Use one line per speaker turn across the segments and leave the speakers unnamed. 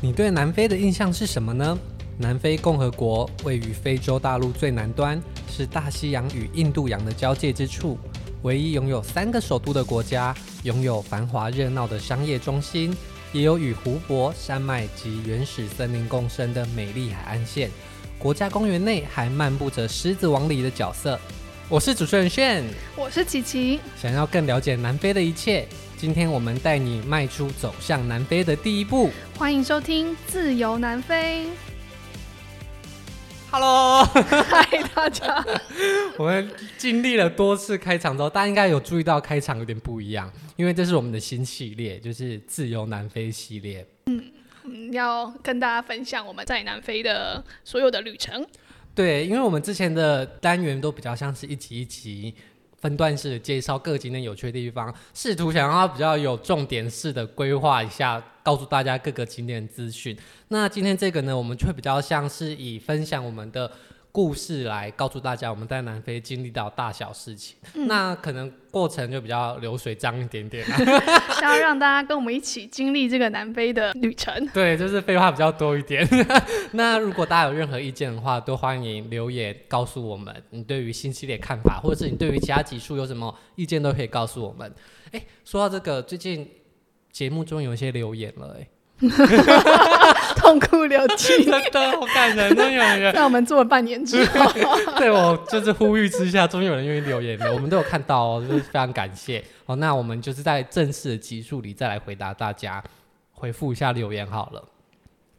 你对南非的印象是什么呢？南非共和国位于非洲大陆最南端，是大西洋与印度洋的交界之处，唯一拥有三个首都的国家，拥有繁华热闹的商业中心，也有与湖泊、山脉及原始森林共生的美丽海岸线。国家公园内还漫步着《狮子王》里的角色。我是主持人炫，
我是琪琪，
想要更了解南非的一切，今天我们带你迈出走向南非的第一步。
欢迎收听《自由南非》。
Hello，
嗨，大家，
我们经历了多次开场之后，大家应该有注意到开场有点不一样，因为这是我们的新系列，就是自由南非系列。
嗯，要跟大家分享我们在南非的所有的旅程。
对，因为我们之前的单元都比较像是一集一集分段式的介绍各景点有趣的地方，试图想要比较有重点式的规划一下，告诉大家各个景点资讯。那今天这个呢，我们却比较像是以分享我们的故事来告诉大家我们在南非经历到大小事情。那可能过程就比较流水账一点点、啊，
想要让大家跟我们一起经历这个南非的 旅程。
对，就是废话比较多一点。 那如果大家有任何意见的话，都欢迎留言告诉我们你对于新系列看法，或者是你对于其他集数有什么意见，都可以告诉我们。哎、说到这个，最近节目中有一些留言了、诶
痛哭流 涕。
真的好感人，哦终于有人。
在我们做了半年之后，
对我就是呼吁之下，终于有人愿意留言了，我们都有看到哦，就是非常感谢。好，那我们就是在正式的集数里再来回答大家，回复一下留言好了。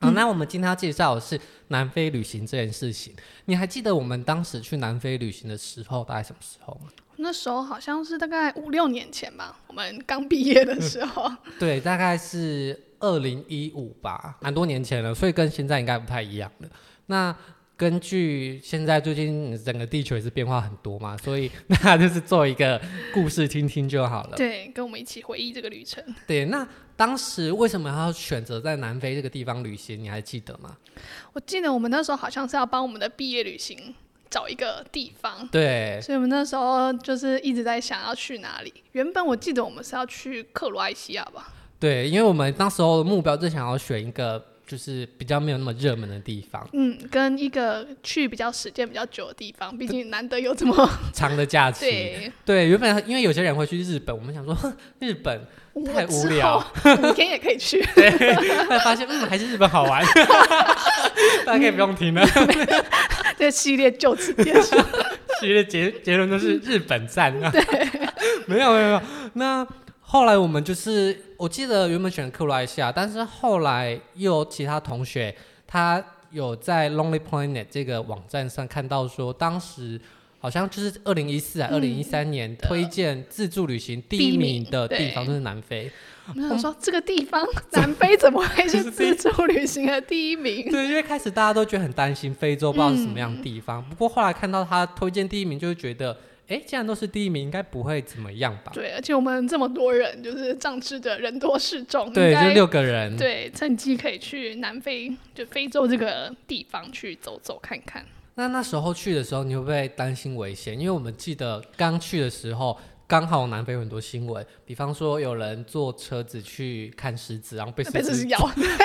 好，那我们今天要介绍的是南非旅行这件事情。你还记得我们当时去南非旅行的时候，大概什么时候吗？
那时候好像是大概五六年前吧，我们刚毕业的时候。
对，大概是二零一五吧，蛮多年前了，所以跟现在应该不太一样了。那根据现在最近整个地球也是变化很多嘛，所以 那就是做一个故事听听就好了。
对，跟我们一起回忆这个旅程。
对，那当时为什么要选择在南非这个地方旅行？你还记得吗？
我记得我们那时候好像是要帮我们的毕业旅行找一个地方，
对，
所以我们那时候就是一直在想要去哪里。原本我记得我们是要去克罗埃西亚吧，
对，因为我们当时候的目标就想要选一个就是比较没有那么热门的地方，
嗯，跟一个去比较时间比较久的地方，毕竟难得有这么
长的假期。
对。
对原本因为有些人会去日本，我们想说哼日本太无聊，
我之后五天也可以去，
对，但发现嗯还是日本好玩，大家可以不用听了。
这系列就此结 束。
其实结结论都是日本站啊，对， 没有没有没有。那后来我们就是，我记得原本选克罗埃西亚，但是后来又有其他同学他有在 Lonely Planet 这个网站上看到说，当时好像就是二零一四啊，二零一三年
的
推荐自助旅行第
第
一
一
名
名
的地
对
方就是南非。
我们想说这个 地方，南非怎么会是自助旅行的第一名？
对，因为开始大家都觉得很担心非洲不知道是什么
嗯
样的地方，不过后来看到他推荐第一名，就会觉得，哎，既然都是第一名，应该不会怎么样吧？
对，而且我们这么多人，就是仗势的人多势众，
对，就
应该
六个人。
对，趁机可以去南非，就非洲这个地方去走走看看。
那那时候去的时候，你会不会担心危险？因为我们记得刚去的时候，刚好南非有很多新闻，比方说有人坐车子去看狮子，然后被狮
被这是
子
咬，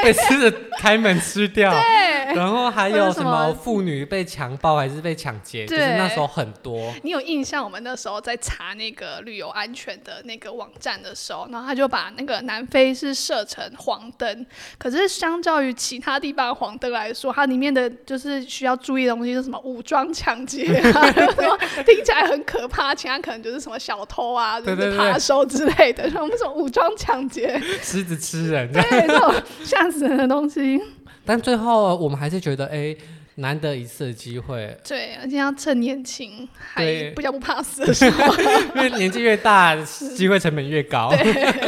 被狮子开门吃掉，
对，
然后还
或
有
者
什
什
么
么
妇女被强暴还是被抢劫，就是
对
那时候很多。
你有印象？我们那时候在查那个旅游安全的那个网站的时候，然后他就把那个南非是设成黄灯，可是相较于其他地方的黄灯来说，它里面的就是需要注意的东西是什么？武装抢劫 啊，然后听起来很可怕，其他可能就是什么小偷啊，就
对对
是
对
扒手之类的，像我们什么武装抢劫，
狮子吃人，
对这种吓死人的 东西，
但最后我们还是觉得，哎、难得一次的机 会，
对，而且要趁年轻，还
对
比较不怕死的时候，
因为年纪越大，机会成本越高，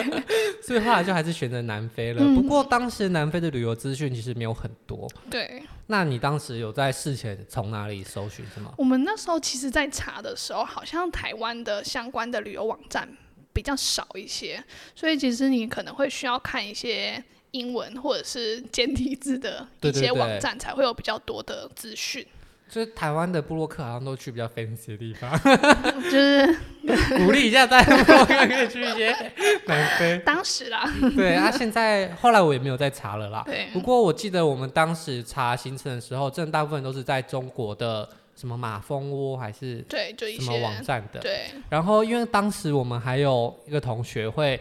所以后来就还是选择南非了。
嗯
不过当时南非的旅游资讯其实没有很多，
对。
那你当时有在事前从哪里搜寻是吗？
我们那时候其实，在查的时候，好像台湾的相关的旅游网站比较少一些，所以其实你可能会需要看一些英文或者是简体字的
对
一
对
些
对
网站，才会有比较多的资讯。
就是台湾的部落客好像都去比较 fancy 的地方，
就是
鼓励一下大家部落客可以去一些南非。
当时啦，
对啊，现在后来我也没有再查了啦。
对
不过我记得我们当时查行程的时候，真的大部分都是在中国的什么马蜂窝还是
对，就一
什么网
些
站啊的。
对，
然后因为当时我们还有一个同学会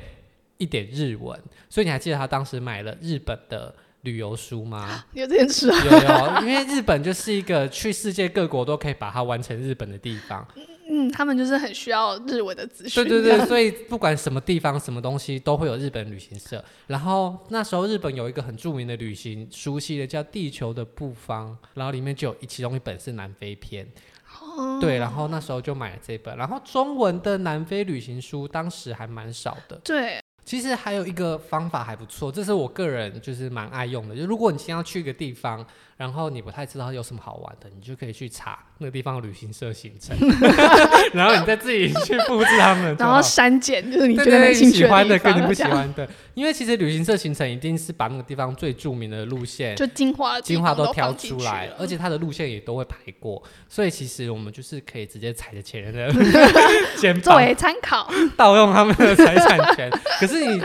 一点日文，所以你还记得他当时买了日本的旅游书 吗？
有这件事啊，
有有，因为日本就是一个去世界各国都可以把它完成日本的地方。
嗯，他们就是很需要日文的资
对
讯，
对对，所以不管什么地方、什么东西都会有日本旅行社。然后那时候日本有一个很著名的旅行书系列叫《地球的布方》，然后里面就有一其中一本是南非篇。对，然后那时候就买了这本，然后中文的南非旅行书当时还蛮少的，
对，
其实还有一个方法还不错，这是我个人就是蛮爱用的。就如果你先要去一个地方，然后你不太知道有什么好玩的，你就可以去查那个地方的旅行社行 程，然后你再自己去布置他们就
然
好
后
了。
删减就是你
对
觉
对对，
得没
你
兴趣
喜欢的
地方
跟你不喜
这样
欢的，因为其实旅行社行程一定是把那个地方最著名的路线、
就精华的地
精华
方
都
都
挑
放进
出
去
来
了，
而且它的路线也都会排过，所以其实我们就是可以直接踩着前人的 肩
作
膀
为参考，
盗用他们的财产权， 可是你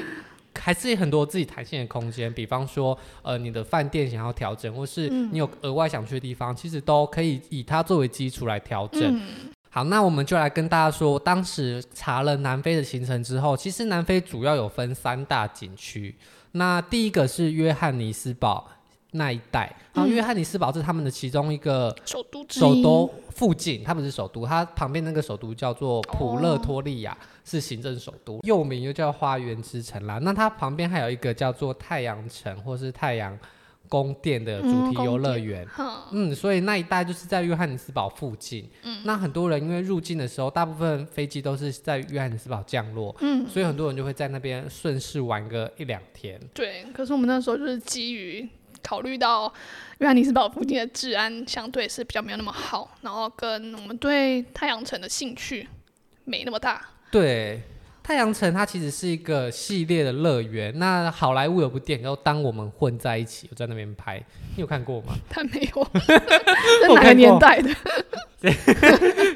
还是有很多自己弹性的空间，比方说，呃，你的饭店想要调整，或是你有额外想去的地方，其实都可以以它作为基础来调整。
嗯，
好，那我们就来跟大家说，我当时查了南非的行程之后，其实南非主要有分三大景区。那第一个是约翰尼斯堡那一带，然后约翰尼斯堡是他们的其中一个
首都之
首
一
都附近，它不是首都，它旁边那个首都叫做普勒
哦
托利亚，是行政首都，又名又叫花园之城啦。那它旁边还有一个叫做太阳城或是太阳宫殿的主
嗯
题
宫
游乐
殿
园。
哼，
嗯，所以那一带就是在约翰尼斯堡附近。嗯，那很多人因为入境的时候，大部分飞机都是在约翰尼斯堡降落，
嗯，
所以很多人就会在那边顺势玩个一两天。
对。可是我们那时候就是基于考虑到约翰尼斯堡附近的治安相对是比较没有那么好，然后跟我们对太阳城的兴趣没那么大，
对，太阳城它其实是一个系列的乐园。那好莱坞有部电影叫《当我们混在一起》，我在那边拍，你有看过吗？
但没有， 这
我
哪
看过
个年代的？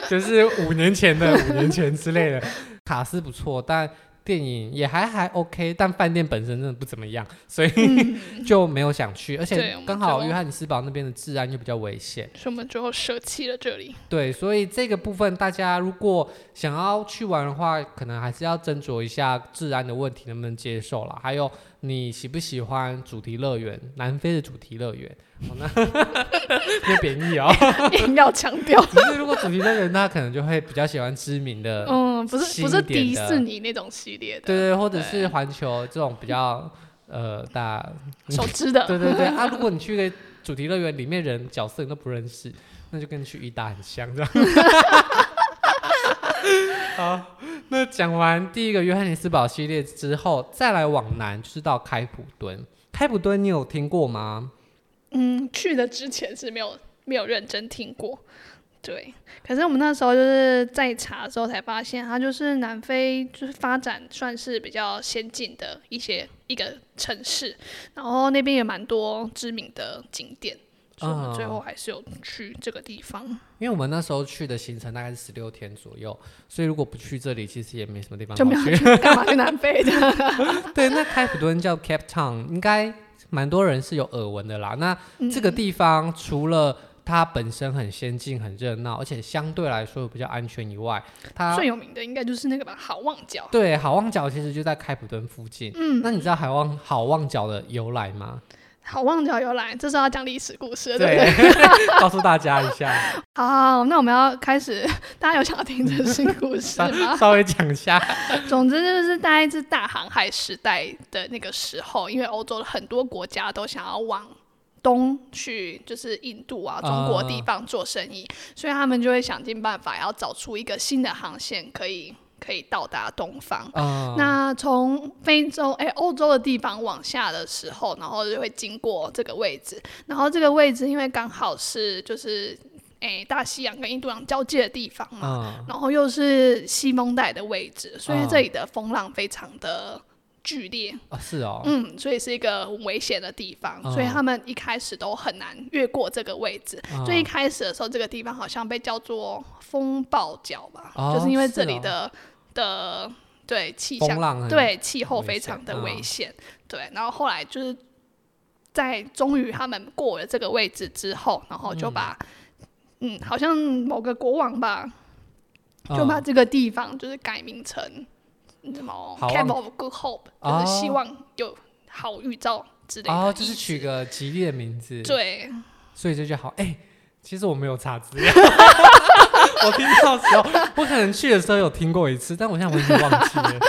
就是五年前 的，五年前之类的。卡斯不错，但电影也还还 OK，但饭店本身真的不怎么样，所以、 就没有想去。而
嗯对
且
我们
刚好
就
约翰尼斯堡那边的治安又比较危险，
所以我们最后舍弃了这里。
对，所以这个部分大家如果想要去玩的话，可能还是要斟酌一下治安的问题能不能接受啦，还有你喜不喜欢主题乐园，南非的主题乐园，好那没有贬义哦。
硬要强调，
只是如果主题乐园，那可能就会比较喜欢知名的，
嗯，不是不
新一
是
点
迪
的
士尼那种系列
对
的，
对，或者是环球这种比较呃大，
手织 的，
对对对啊，如果你去一个主题乐园里面人角色你都不认识，那就跟去伊达很像这样。 好，那讲完第一个约翰尼斯堡系列之后，再来往南就是到开普敦。开普敦你有听过吗？
嗯，去的之前是没有没有认真听过，对。可是我们那时候就是在查的时候才发现，它就是南非就是发展算是比较先进的一些一个城市，然后那边也蛮多知名的景点，所以我们最后还是有去这个地方。
因为我们那时候去的行程大概是十六天左右，所以如果不去这里，其实也没什么地方
就没有
好去
去 干嘛去南非的，
对，那开普敦叫 Cape Town，应该蛮多人是有耳闻的啦。那这个地方除了它本身很先进、很热闹，而且相对来说比较安全以外，它
最有名的应该就是那个吧，好望角。
对好望角其实就在开普敦附近。嗯，那你知道好望好望角的由来吗？
好望角由来，这是要讲历史故事了，对不对？
对， 告诉大家一下，
好好好，那我们要开始， 大家有想要听这新故事
稍
吗？
稍微讲一 下。
总之就是大概是大航海时代的那个时候，因为欧洲的很多国家都想要往东去，就是印度啊、中国地方做生意，所以他们就会想尽办法要找出一个新的航线，可以可以到达东方。
嗯，
那从非洲哎欧洲的地方往下的时候，然后就会经过这个位置，然后这个位置因为刚好是就是哎大西洋跟印度洋交界的地方嘛，
嗯，
然后又是西蒙带的位置，所以
嗯
这里的风浪非常的剧烈，
啊，是哦，
嗯，所以是一个很危险的地方，所以
嗯
他们一开始都很难越过这个位置。最一
嗯
开始的时候，这个地方好像被叫做风暴角吧，
哦
就是因为
是
这里
哦
的、的对气象
风浪很
对气候
很危
非
险
常的
嗯
危险。对，然后后来就是在终于他们过了这个位置之后，然后就把嗯好像某个国王吧，就把
嗯
这个地方就是改名成什么
好
Camp
望
of Good Hope，
哦
就是希望有好预兆之类的意思。
哦，就是取个吉利的名字，，
对，
所以这就好。哎、其实我没有查资料， 我听到的时候，我可能去的时候有听过一次，但我现在完全忘记了。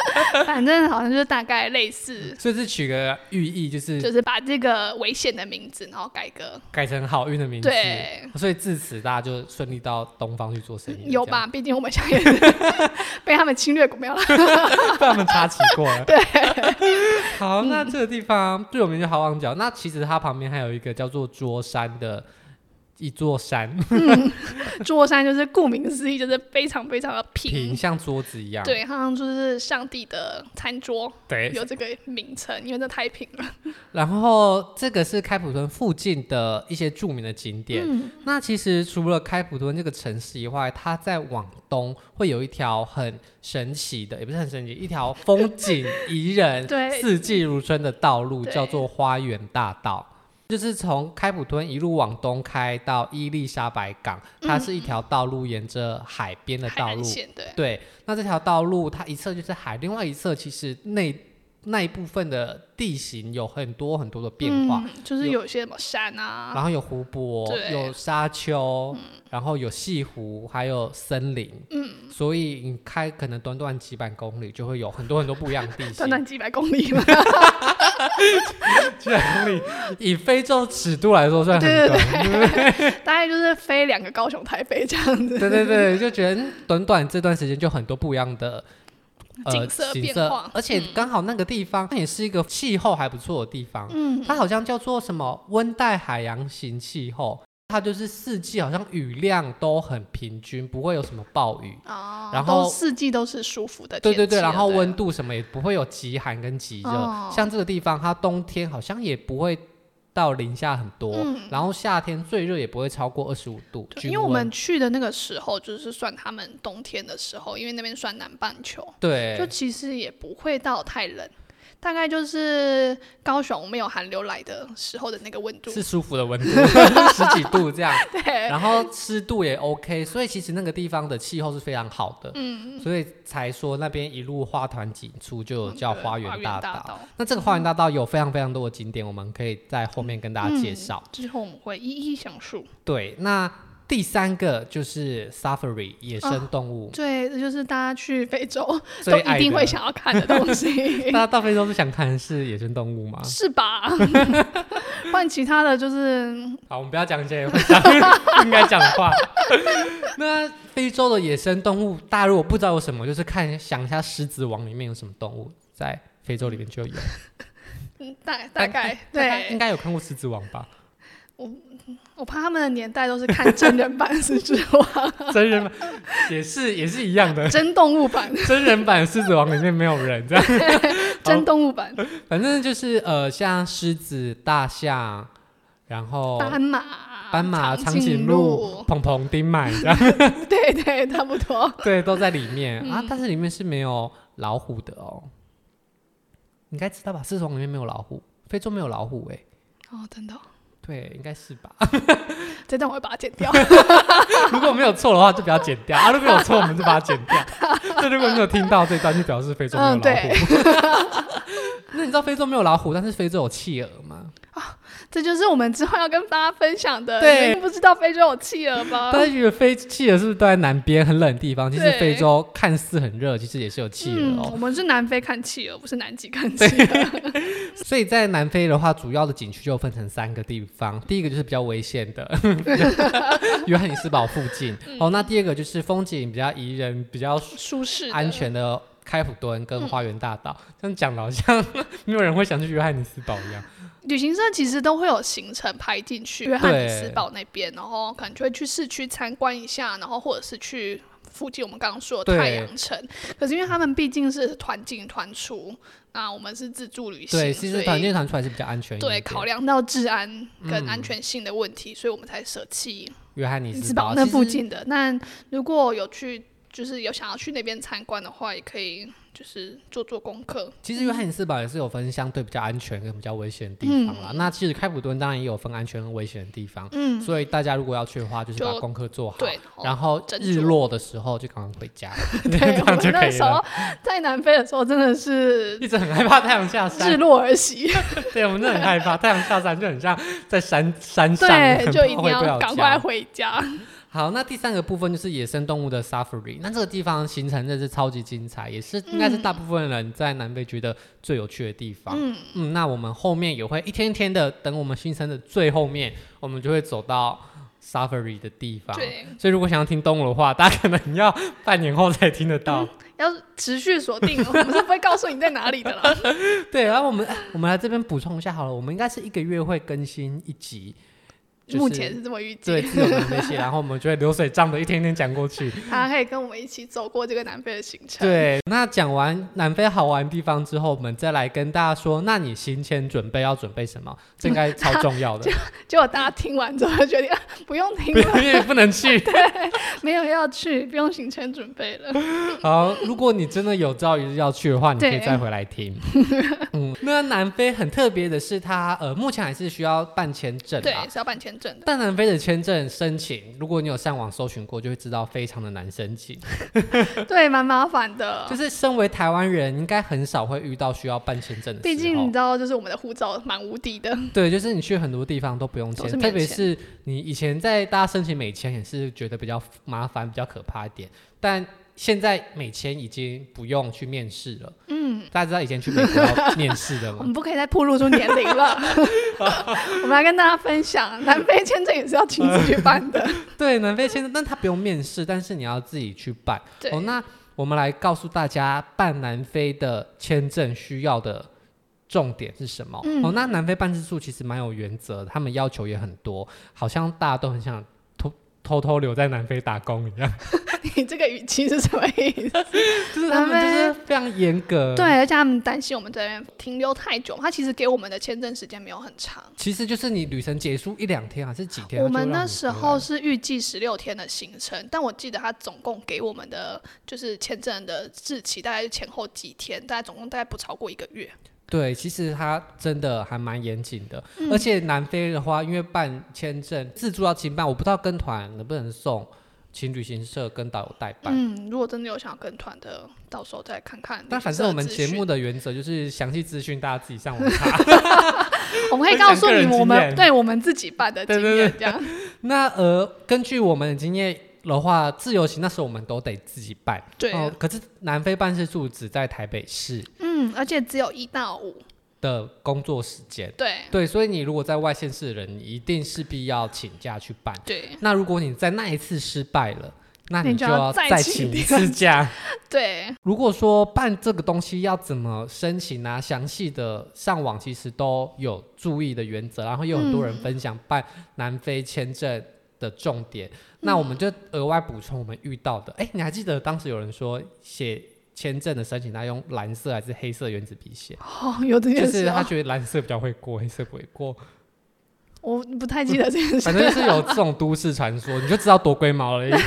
反正好像就是大概类似，
所以是取个寓意，就是
就是把这个危险的名字，然后改个
改成好运的名字。
对。
所以自此大家就顺利到东方去做生意了，
有
这样
吧？？毕竟我们现在也 是被他们侵略过，没有啦。
被他们插旗过 了。对，好，那这个地方最有名就好望角。那其实它旁边还有一个叫做桌山的一座山，
桌山就是顾名思义，就是非常非常的
平
平。
像桌子一样。
对，好像就是上帝的餐桌
对，
有这个名称，因为这太平了。
然后这个是开普敦附近的一些著名的景点。
嗯
那其实除了开普敦这个城市以外，它再往东会有一条很神奇的，也不是很神奇，一条风景宜人、
对
四季如春的道路，
对
叫做花园大道。就是从开普敦一路往东开到伊丽莎白港，它是一条道路，沿着海边的
海
道
岸
路，
线对，
对，那这条道路它一侧就是海，另外一侧其实那那一部分的地形有很多很多的变化，
嗯，就是有些什么山啊，
然后有湖泊，
对嗯
有沙丘，然后有西湖，还有森林。嗯，所以你开可能短短几百公里，就会有很多很多不一样的地形
短。短几百公里嘛，
几百公里，以非洲尺度来说算很
对对
短。
大概就是飞两个高雄、台北这样 子。
对对对，就觉得嗯短短这段时间就很多不一样的。呃、
景色变化嗯
而且刚好那个地方、它也是一个气候还不错的地方，嗯，它好像叫做什么温带海洋型气候，它就是四季好像雨量都很平均，不会有什么暴雨，
哦，
然后
都四季都是舒服的
对
天气
对对，
了，
然后温
度
度什么也不会有极寒跟极热，
哦
像这个地方它冬天好像也不会到零下很多，然后夏天最热也不会超过二十五度，均
嗯因为我
温
们去的那个时候就是算他们冬天的时候，因为那边算南半球，
对
就其实也不会到太冷，大概就是高雄没有寒流来的时候的那个温度。哎
是舒服的温 度，十几度这样，
对，
然后湿度也 OK，所以其实那个地方的气候是非常好的，嗯，所以才说那边一路花团锦簇，就有叫
对
花园大
大
道。。那这个花园大道有非常非常多的景点，我们可以在后面跟大家介绍。
之后我们会一一详述。
对，那第三个就是 Safari 野生动物、
对，这就是大家去非洲哦都
嗯最爱
一定
的
会。想要看的东西
大，家到非洲是想看的是野生动物吗？
是 吧？不然其他的就是
好，我们不要讲这些，我们讲 不应该讲的话。那非洲的野生动物，大家如果不知道有什么，就是看想一下《狮子王》里面有什么动物，在非洲里面就有。
嗯大 大概
哎大家应
对，
该有看过《狮子王》吧？
我怕他们的年代都是看真人版《狮子王》
真人版也是也是一样的，
真动物版、
真人版《狮子王》里面没有人这样。
真动物版、
反正就是呃，像狮子、大象，然后
斑马、
哦斑马、长颈
颈
鹿、，蓬蓬丁满这样，
对对，差不多。
对，都在里面
嗯
啊，但是里面是没有老虎的哦。你应该知道吧？狮子王里面没有老虎，非洲没有老虎哎、
哦，真的哦，
对，应该是吧？
这段我会把它剪掉。
如果没有错的话，就不要剪掉啊；如果有错，我们就把它剪掉。 那如果你有听到这一段，就表示非洲没有
嗯
老虎。 那你知道非洲没有老虎，但是非洲有企鹅吗？
这就是我们之后要跟大家分享的。
对
你们不知道非洲有企鹅吗
大？家觉得非企鹅是不是都在南边很冷的地方？其实
哦对
非洲看似很热，其实也是有企鹅哦。
嗯我们是南非看企鹅，不是南极看企鹅。
所以在南非的话，主要的景区就分成三个地方，第一个就是比较危险的 约翰尼斯堡附近，
嗯
哦，那第二个就是风景比较宜人、比较
舒适的嗯
安。全的开普敦跟花园大道。这样讲的好像没有人会想去约翰尼斯堡一 样。
旅行社其实都会有行程排进去约翰尼斯
对
堡那边，然后可能就会去市区参观一下，然后或者是去附近我们刚刚说的
对
太阳城，可是因为他们毕竟是团进团出，那我们是自助旅行，
对，其实
所
团
以
建团出来是比较安全一点。嗯
对考量到治安跟安全性的问题，所以我们才舍弃
约翰尼
伊
斯
斯
堡
堡那
其
附
实
近的。那如果有去，就是有想要去那边参观的话，也可以就是做做功课。
其实约翰尼斯堡也是有分相对比较安全跟比较危险的地方啦。那其实开普敦当然也有分安全跟危险的地方，
嗯，
所以大家如果要去的话，就是把
就
功课做好，
对，
然后
哦斟
日
酌
落的时候就赶快回 家，这
对，我
样就
们
可
那
以
时候
了。
在南非的时候，真 的是
一直很害怕太阳下
日
山，
落而息，
对我们真的很害怕太阳下山，就很像在山山上，
对，
很
就
怕
一定
回不
要
了
赶
家
快回家。
好，那第三个部分就是野生动物的 safari。那这个地方行程真是超级精彩，也是应该是
嗯
大部分人在南非觉得最有趣的地方。嗯那我们后面也会一天一天的，等我们行程的最后面，我们就会走到 safari 的地方。
对，
所以如果想要听动物的话，大家可能要半年后才听得到。
要持续锁定，我们是不会告诉你在哪里的啦。
对，然后我们哎我们来这边补充一下好了，我们应该是一个月会更新一集。 就是
目前是这么预计，
对自由的那些，然后我们就会流水账的一天天讲过 去。
大家可以跟我们一起走过这个南非的行程。，
对，那讲完南非好玩的地方之后，我们再来跟大家说，那你行前准备要准备什么？这应该超重 要的，
结果大家听完之后就决定啊 不用听
不
了，
因为不能 去。
没有要去，不用行程准备 了。
好，如果你真的有朝一日要去的话，你可以
对
再回来 听。嗯，那南非很特别的是它，呃，目前还是需要办签证
对
啊，。
是要办签证的。
但南非的签证申请，如果你有上网搜寻过，就会知道非常的难申请。
对，蛮麻烦的
就。是身为台湾人，应该很少会遇到需要办签证的时候。
毕竟你知道，就是我们的护照蛮无敌的，
对，就是你去很多地方都不用
都
签，
是
特
免
别
签
是你以前在大家申请美签也是觉得比较麻烦、比较可怕一点，但现在美签已经不用去面试了。嗯，大家知道以前去美国要面试的
我
吗？
们不可以再暴露出年龄 了。我们来跟大家分享，南非签证也是要亲自去办的。
对，南非签证，但他不用面试，但是你要自己去办。
对，
哦，那我们来告诉大家办南非的签证需要的重点是什么？
嗯
哦，那南非办事处其实蛮有原则的，他们要求也很多，好像大家都很想偷偷偷留在南非打工一样，
你这个语气是什么意思？
就是他们就是非常严格。
对，。而且他们担心我们这边停留太久，他其实给我们的签证时间没有很长。
其实就是你旅程结束一两天还是几天？
我
他就
们
让
那
你
时
回来
候是预计十六天的行程，但我记得他总共给我们的就是签证的日期大概是前后几天，大概总共大概不超过一个月。
对，其实它真的还蛮严谨的，
嗯
而且南非的话，因为办签证自助要亲办，我不知道跟团能不能送，请旅行社跟导游代办。
嗯，如果真的有想要跟团的，到时候再看看。
但反正我们节目，的原则就是详细资讯大家自己上网查。
我们可以
分享
告诉
个人
你我
经
们
验
对我们自己办的
对
经
对
验，这样。
那呃，根据我们的经验的话，自由行那时候我们都得自己办。
对啊
哦可是南非办事处只在台北市
嗯，而且只有一到五，
的工作时间。
对
对，所以你如果在外县市的人，你一定势必要请假去办。
对
那如果你在那一次失败了，那
那
你
就
就
要
要
再
再
请
请一
第
次
三
假。
对，
如果说办这个东西要怎么申请啊，详细的上网其实都有注意的原则，然后也有很多人分享办南非签证的重点。那我们就额外补充我们遇到的。哎、你还记得当时有人说写签证的申请，他用蓝色还是黑色原子笔写？
哦，有这
就
件
是
事、
他
哦，
觉得蓝色比较会过，黑色不会过。
我不太记得这 件事。
反正就是有这种都市传说，你就知道多龟毛了。
对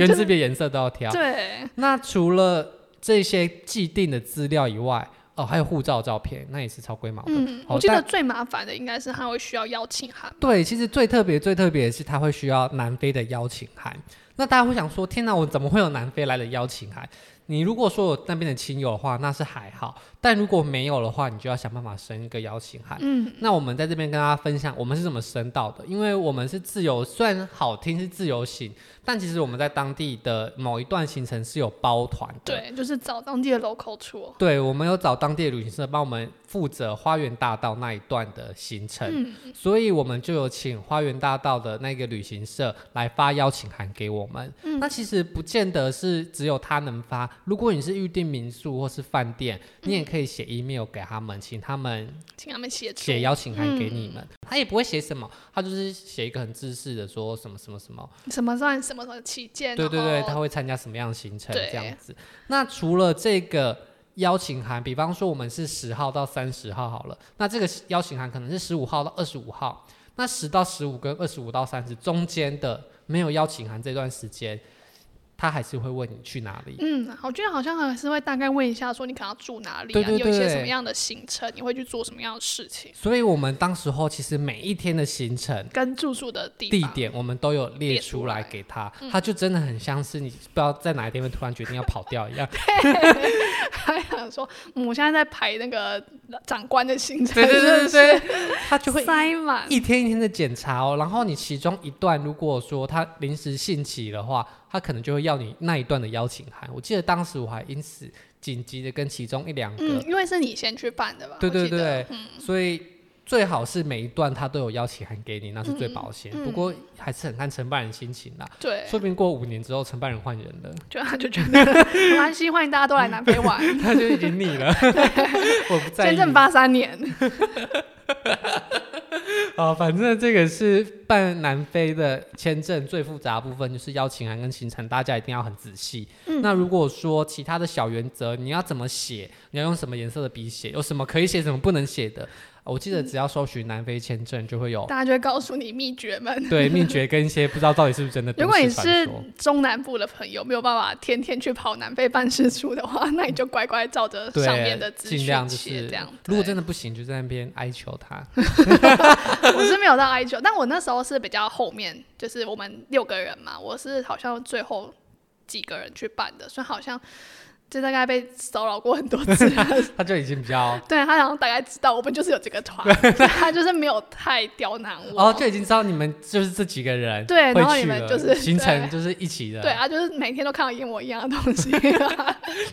原
就
子笔颜色都要挑。
对，
那除了这些既定的资料以外，哦，还有护照照片，那也是超龟毛的。
嗯，
好
我记得
但
最麻烦的应该是他会需要邀请函。
对，其实最特别、最特别的是，他会需要南非的邀请函。那大家会想说，天哪，我怎么会有南非来的邀请函？你如果说有那边的亲友的话，那是还好；但如果没有的话，你就要想办法申一个邀请函。
嗯，
那我们在这边跟大家分享我们是怎么申到的，因为我们是自由，虽然好听是自由行，但其实我们在当地的某一段行程是有包团的。
对，就是找当地的 local tour。
对，我们有找当地的旅行社帮我们负责花园大道那一段的行程，所以我们就有请花园大道的那个旅行社来发邀请函给我们。
嗯
那其实不见得是只有他能发，如果你是预定民宿或是饭店，你也可以写 email 给他们，请他们
请他们协助。
写邀请函给你们。他也不会写什么，他就是写一个很自私的说什么什么什么，
什么算什么什么旗舰？
对对对，
然
他
后
会参加什么样的行程
对
这样子。那除了这个邀请函，比方说我们是十号到三十号好了，那这个邀请函可能是十五号到二十五号，那十到十五跟二十五到三十中间的没有邀请函这段时间，他还是会问你去哪里。
嗯，我觉得好像还是会大概问一下，说你可能要住哪里啊？
对对
你有一些
对
什么样的行程？你会去做什么样的事情？
所以我们当时候其实每一天的行程。
跟住宿的地
地
方
点我们都有列嗯
列
出
出
来
来
给他，他就真的很像是你不知道在哪一天会突然决定要跑掉一样，
还想说，嗯我现在在排那个长官的行 程，
对对对对对， 他就会
塞满。
一天一天的检查哦，然后你其中一段如果说他临时兴起的话，他可能就会要你那一段的邀请函。我记得当时我还因此紧急的跟其中一两个，
嗯，因为是你先去办的吧？
对
我
对
记得嗯
对，，所以最好是每一段他都有邀请函给你，那是最保险。
嗯嗯
不过还是很看承办人心情啦，
对，
说不定过五年之后承办人换人 了，
就他就觉得 没关系，欢迎大家都来南非玩，
他就已经腻了， 我不 在意
签。证八三年，
啊，反正这个是办南非的签证最复杂的部分，就是邀请函跟行程，大家一定要很仔细。
嗯
那如果说其他的小原则，你要怎么写，你要用什么颜色的笔写，有什么可以写，什么不能写的，哦我记得只要搜寻南非签证就会有、
大家就会告诉你秘诀们。
对秘诀跟一些不知道到底是不是真的
嗯如
都
果你
市传
是
说。
中南部的朋友，没有办法天天去跑南非办事处的话， 那你就乖乖照着上面的
对，
资
尽
讯
量就
写，
是
这样。，
如果
对
真的不行，就在那边哀求 他。
我是没有到 I 九，但我那时候是比较后面，就是我们六个人嘛，我是好像最后几个人去办的，所以好像就大概被骚扰过很多次。
他就已经比较
对他好像大概知道我们就是有这个团，所以他就是没有太刁难 我。
哦，就已经知道你们就是这几个人
对
会
然后你
去
们
了
就是
行程
对
就是一起的，
对啊，就是每天都看到一模一样的东 西。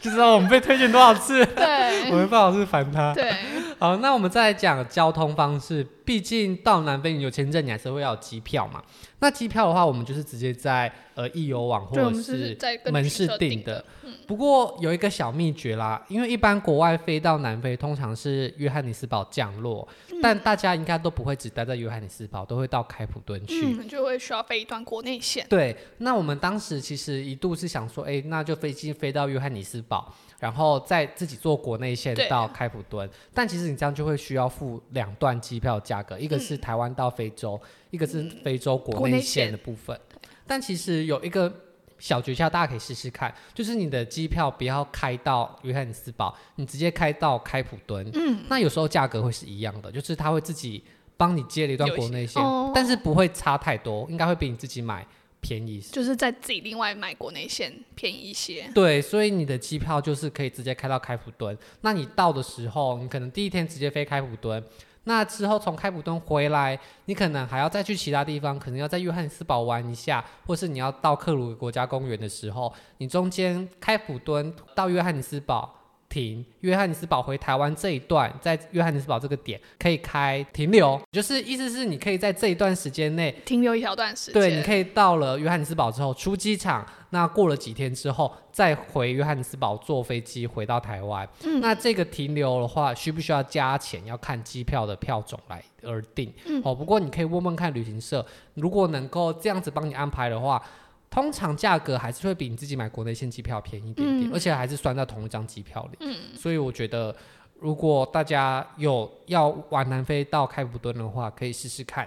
就知道我们被推荐多少 次，我
对
们不好是烦他。
对，
好，那我们再来讲交通方式，毕竟到南非你有签证，你还是会要有机票嘛。那机票的话，我们就是直接在呃易游网或
对我
者
们就是在跟
门
旅行
市
社
订
订嗯
的。不过有一个小秘诀啦，因为一般国外飞到南非通常是约翰尼斯堡降落，
嗯
但大家应该都不会只待在约翰尼斯堡，都会到开普敦去。
嗯，就会需要飞一段国内线。
对，那我们当时其实一度是想说，哎，那就飞机飞到约翰尼斯堡，然后再自己坐国内线
对
到开普敦。但其实你这样就会需要付两段机票价格，一个是台湾到非洲，一个是非洲嗯国
国
内
内
线
线
的部分。但其实有一个小诀窍，大家可以试试看，就是你的机票不要开到约翰尼斯堡，你直接开到开普敦。嗯，那有时候价格会是一样的，就是它会自己帮你接了一段
有一
国
些
内线，
哦
但是不会差太多，应该会比你自己买便宜
就是在自己另外买国内线便宜一些，
对，所以你的机票就是可以直接开到开普敦。那你到的时候，你可能第一天直接飞开普敦，那之后从开普敦回来，你可能还要再去其他地方，可能要在约翰斯堡玩一下，或是你要到克鲁国家公园的时候，你中间开普敦到约翰尼斯堡。停，约翰尼斯堡回台湾这一段，在约翰尼斯堡这个点可以开停留，就是意思是你可以在这一段时间内
停留一小段时间。，
对，你可以到了约翰尼斯堡之后出机场，那过了几天之后再回约翰尼斯堡坐飞机回到台湾。那这个停留的话，需不需要加钱？要看机票的票种来而定。哦，不过你可以问问看旅行社，如果能够这样子帮你安排的话。通常价格还是会比你自己买国内线机票便宜一点点，而且还是算在同一张机票里。所以我觉得，如果大家有要往南非到开普敦的话，可以试试看。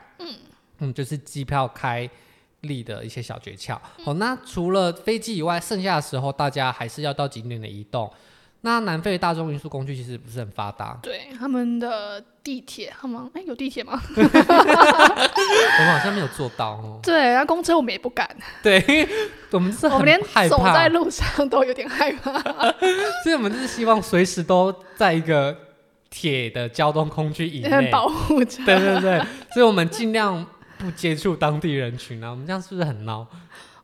嗯，就是机票开立的一些小诀窍。好、那除了飞机以外，剩下的时候大家还是要到景点的移动。那南非的大众运输工具其实不是很发达
对他们的地铁，他们哎、有地铁吗？
我们好像没有做到 哦。
对，然后公车我们也不敢，
对，我们是
我
很
们连
害
走在
怕，
路上都有点害怕。。
所以我们就是希望随时都在一个铁的交通工具以内
保护 着。
对对对，所以我们尽量不接触当地人群啊。我们这样是不是很孬？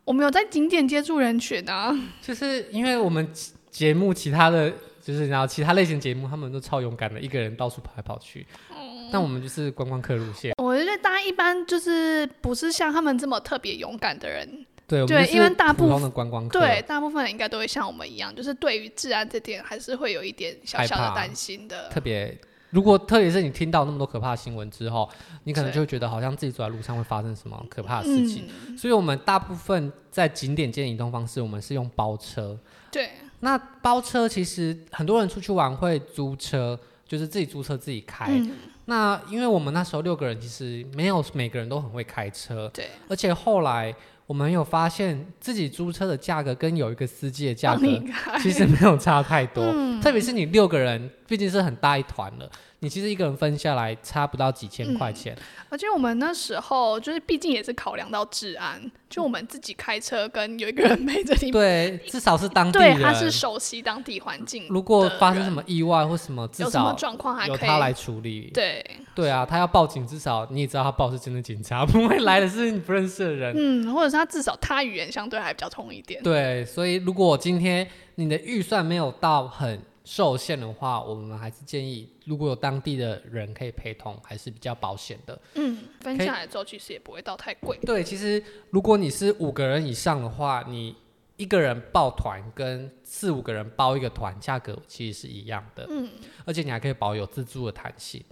我们有在景点接触人群啊，
就是因为我们其节目其他的，就是然后其他类型节目，他们都超勇敢的，一个人到处跑来跑去。
嗯
但我们就是观光客路线，
我觉得大家一般就是不是像他们这么特别勇敢的人。
对，我们
对
就是
因为大
普
部
通的观光客，
对，，大部分人应该都会像我们一样，就是对于治安这点还是会有一点小小
害怕
的担心的。
特别。如果特别是你听到那么多可怕的新闻之后，你可能
对
就会觉得好像自己走在路上会发生什么可怕的事情。
嗯，
所以我们大部分在景点间移动方式，我们是用包车。
对，
那包车其实很多人出去玩会租车，就是自己租车自己开。
嗯，
那因为我们那时候六个人，其实没有每个人都很会开车，
对，
而且后来我们有发现自己租车的价格跟有一个司机的价
帮
格
哦你嗯开
其实没有差太多，特别是你六个人，毕竟是很大一团了，你其实一个人分下来差不到几千块钱，
而且我们那时候就是，毕竟也是考量到治安，就我们自己开车跟有一个人陪着你，
对，至少是当地
对，
人。
他是熟悉当地环境，
如果发生什么意外或什么，至
有什么
少
状况还
有
可
他来
以，
处理。
对，
对啊，他要报警，至少你也知道他报是真的警察，不会来的是你不认识的人。
嗯，或者是他至少他语言相对还比较通一点，
对，所以如果今天你的预算没有到很受限的话，我们还是建议，如果有当地的人可以陪同，还是比较保险的。
嗯，分
可以
下来之后其实也不会到太贵，
对，其实如果你是五个人以上的话，你一个人报团跟四五个人包一个团，价格其实是一样的。
嗯，
而且你还可以保有自助的弹性。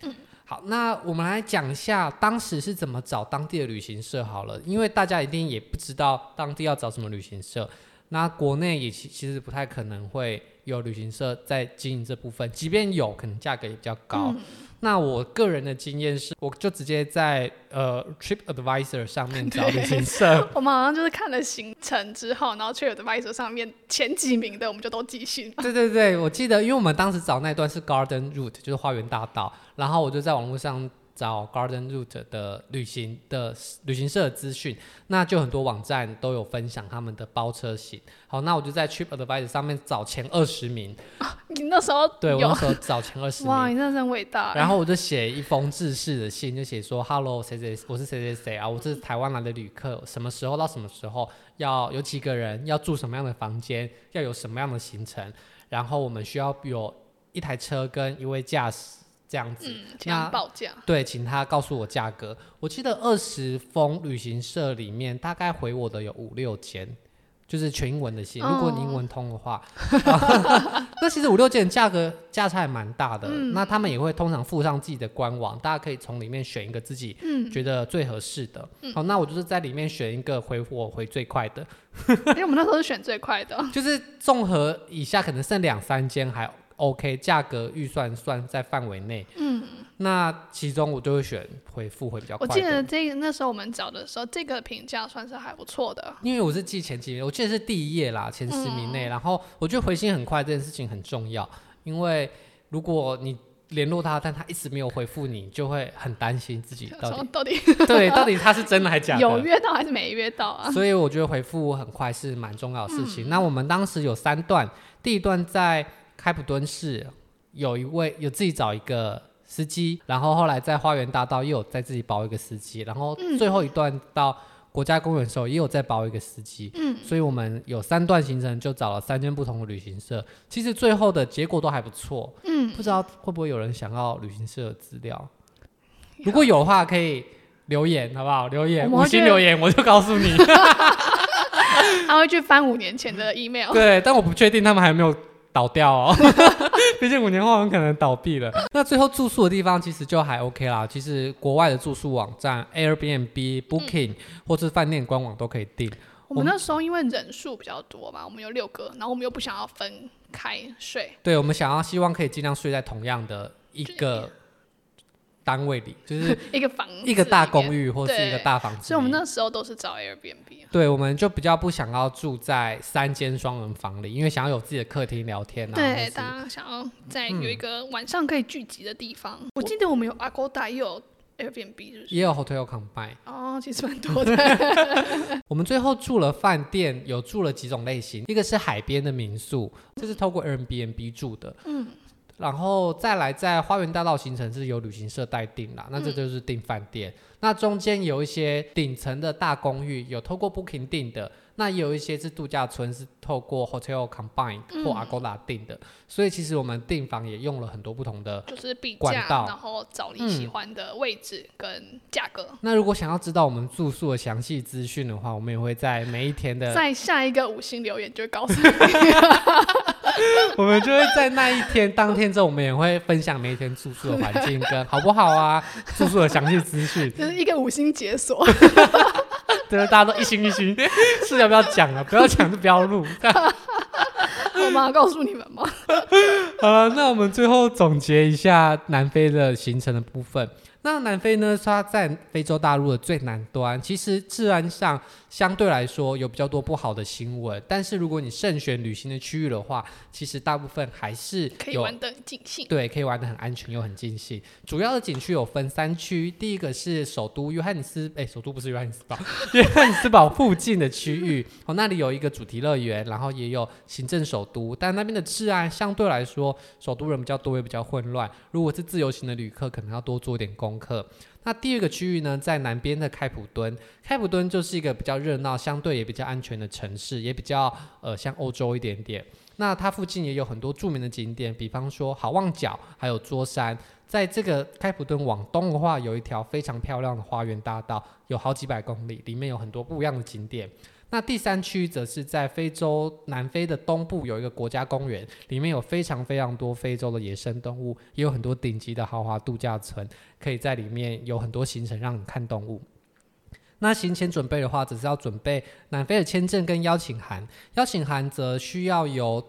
好，那我们来讲一下当时是怎么找当地的旅行社好了，因为大家一定也不知道当地要找什么旅行社。那国内也其其实不太可能会有旅行社在经营这部分，即便有可能价格也比较高。那我个人的经验是，我就直接在呃 Trip Advisor 上面找旅行社，
我们好像就是看了行程之后，然后去有的 v i s o 上面前几名的，我们就都记性了。
对对对，我记得，因为我们当时找那段是 Garden Route，就是花园大道，然后我就在网络上找 Garden Route 的旅行的旅行社的资讯，那就很多网站都有分享他们的包车型。好，那我就在 Trip Advisor 上面找前二十名，
你那时候
对我那
有
时候找前二十
哇，
名。
你那真伟大。
然后我就写一封致式的信，就写说：“Hello，谁谁，我是谁谁谁啊，我是台湾来的旅客，什么时候到什么时候要有几个人，要住什么样的房间，要有什么样的行程，然后我们需要有一台车跟一位驾驶这样子。
嗯，这样报 价，
对，请他告诉我价格。我记得二十封旅行社里面，大概回我的有五六间，就是全英文的信。如果你英文通的话， 那其实五六件价格价差也蛮大的。那他们也会通常附上自己的官网，大家可以从里面选一个自己觉得最合适的。好，那我就是在里面选一个回我回最快的，
因为我们那时候是选最快 的。
就是综合以下可能剩两三间还 OK，价格预算算在范围内。嗯，那其中我就会选回复会比较
我
快的。
记得这个那时候我们找的时候，这个评价算是还不错的。
因为我是记前几名，我记得是第一页啦，前十名
嗯
内。然后我觉得回信很快这件事情很重要，因为如果你联络他，但他一直没有回复你，就会很担心自己 到
想说
底
到底
对到底他是真的还假
有
的。
约到还是没约到 啊？嗯
所以我觉得回复很快是蛮重要的事情。那我们当时有三段，第一段在开普敦市有一位有自己找一个司机，然后后来在花园大道又有再自己包一个司机，然后
嗯
最后一段到国家公园的时候也有再包一个司机。嗯，所以我们有三段行程就找了三间不同的旅行社，其实最后的结果都还不错。嗯，不知道会不会有人想要旅行社的资料？
嗯
如果有的话，可以留言好不好？留言
我们
五
会
星
去
留言，我就告诉你。
他会去翻五年前的 email。
对，但我不确定他们还有没有倒掉 哦，毕竟五年后很可能倒闭了。那最后住宿的地方其实就还 OK 啦，其实国外的住宿网站 Airbnb、Booking、或
嗯
是饭店官网都可以订。
我们那时候因为人数比较多嘛，我们有六个，然后我们又不想要分开睡，
对我们想要希望可以尽量睡在同样的一个单位里，就是
一个房子
一个大公
寓，
寓或是一个大房子里。
所以我们那时候都是找 Airbnb。
对，我们就比较不想要住在三间双人房里，因为想要有自己的客厅聊天啊。或
对，
是
大家想要在有一个晚上可以聚集的地方。我记得我们有 Agoda 也有 Airbnb，是不是？
也有 hotel combine。
哦，其实蛮多的。
我们最后住了饭店，有住了几种类型，一个是海边的民宿，这是透过 Airbnb 住的，嗯，然后再来在花园大道行程是由旅行社代订啦，那这就是订饭店。那中间有一些顶层的大公寓，有透过 Booking 订的，那也有一些是度假村是透过 Hotel Combine 或 Agoda 订的，所以其实我们订房也用了很多不同的
就是比
管
价，
道
然后找你喜欢的位置跟价格。
那如果想要知道我们住宿的详细资讯的话，我们也会在每一天的，
在下一个五星留言就会告诉你。
我们就会在那一天当天之后，我们也会分享每一天住宿的环境跟好不好啊，住宿的详细资 讯。
就是一个五星解 锁，
对，大家都一心一心，是要不要讲啊？不要讲就不要 录。
我妈告诉你们吗？
好了，那我们最后总结一下南非的行程的部分。那南非呢，它在非洲大陆的最南端，其实治安上相对来说有比较多不好的新闻。但是如果你慎选旅行的区域的话，其实大部分还是
可以
有
玩得很尽兴。
对，可以玩得很安全又很尽兴。主要的景区有分三区，第一个是首都约翰尼斯，哎，首都不是约翰尼斯堡， 约翰尼斯堡附近的区域，哦，那里有一个主题乐园，然后也有行政首都，但那边的治安相对来说，首都人比较多，也比较混乱。如果是自由行的旅客，可能要多做点功课。那第二个区域呢，在南边的开普敦，开普敦就是一个比较热闹，相对也比较安全的城市，也比较呃像欧洲一点点。那它附近也有很多著名的景点，比方说好望角，还有桌山。在这个开普敦往东的话，有一条非常漂亮的花园大道，有好几百公里，里面有很多不一样的景点。那第三区则是在非洲南非的东部有一个国家公园，里面有非常非常多非洲的野生动物，也有很多顶级的豪华度假村，可以在里面有很多行程让你看动物。那行前准备的话，只是要准备南非的签证跟邀请函，邀请函则需要由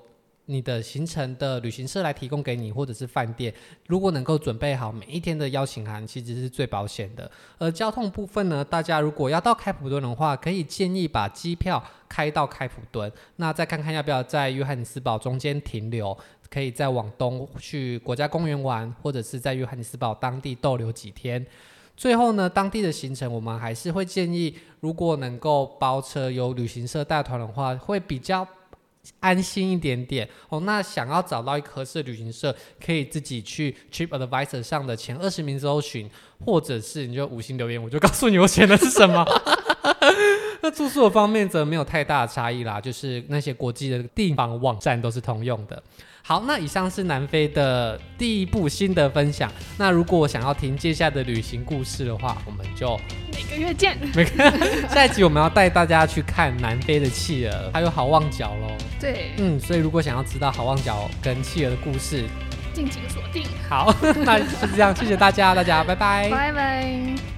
你的行程的旅行社来提供给你，或者是饭店。如果能够准备好每一天的邀请函，其实是最保险的。而交通部分呢，大家如果要到开普敦的话，可以建议把机票开到开普敦，那再看看要不要在约翰尼斯堡中间停留，可以再往东去国家公园玩，或者是在约翰尼斯堡当地逗留几天。最后呢，当地的行程我们还是会建议，如果能够包车由旅行社带团的话，会比较安心一点点哦。那想要找到一个合适的旅行社，可以自己去 TripAdvisor 上的前二十名搜寻，或者是你就五星留言，我就告诉你我选的是什么。 那住宿的方面则没有太大的差异啦，就是那些国际的订房网站都是通用的。好，那以上是南非的第一部心得分享。那如果想要听接下来的旅行故事的话，我们就
每个月见，
下一集我们要带大家去看南非的企鹅，还有好望角喽。
对，
嗯，所以如果想要知道好望角跟企鹅的故事，
敬请锁定， 哎
好，那就是这样，谢谢大家，大家拜拜。
拜拜。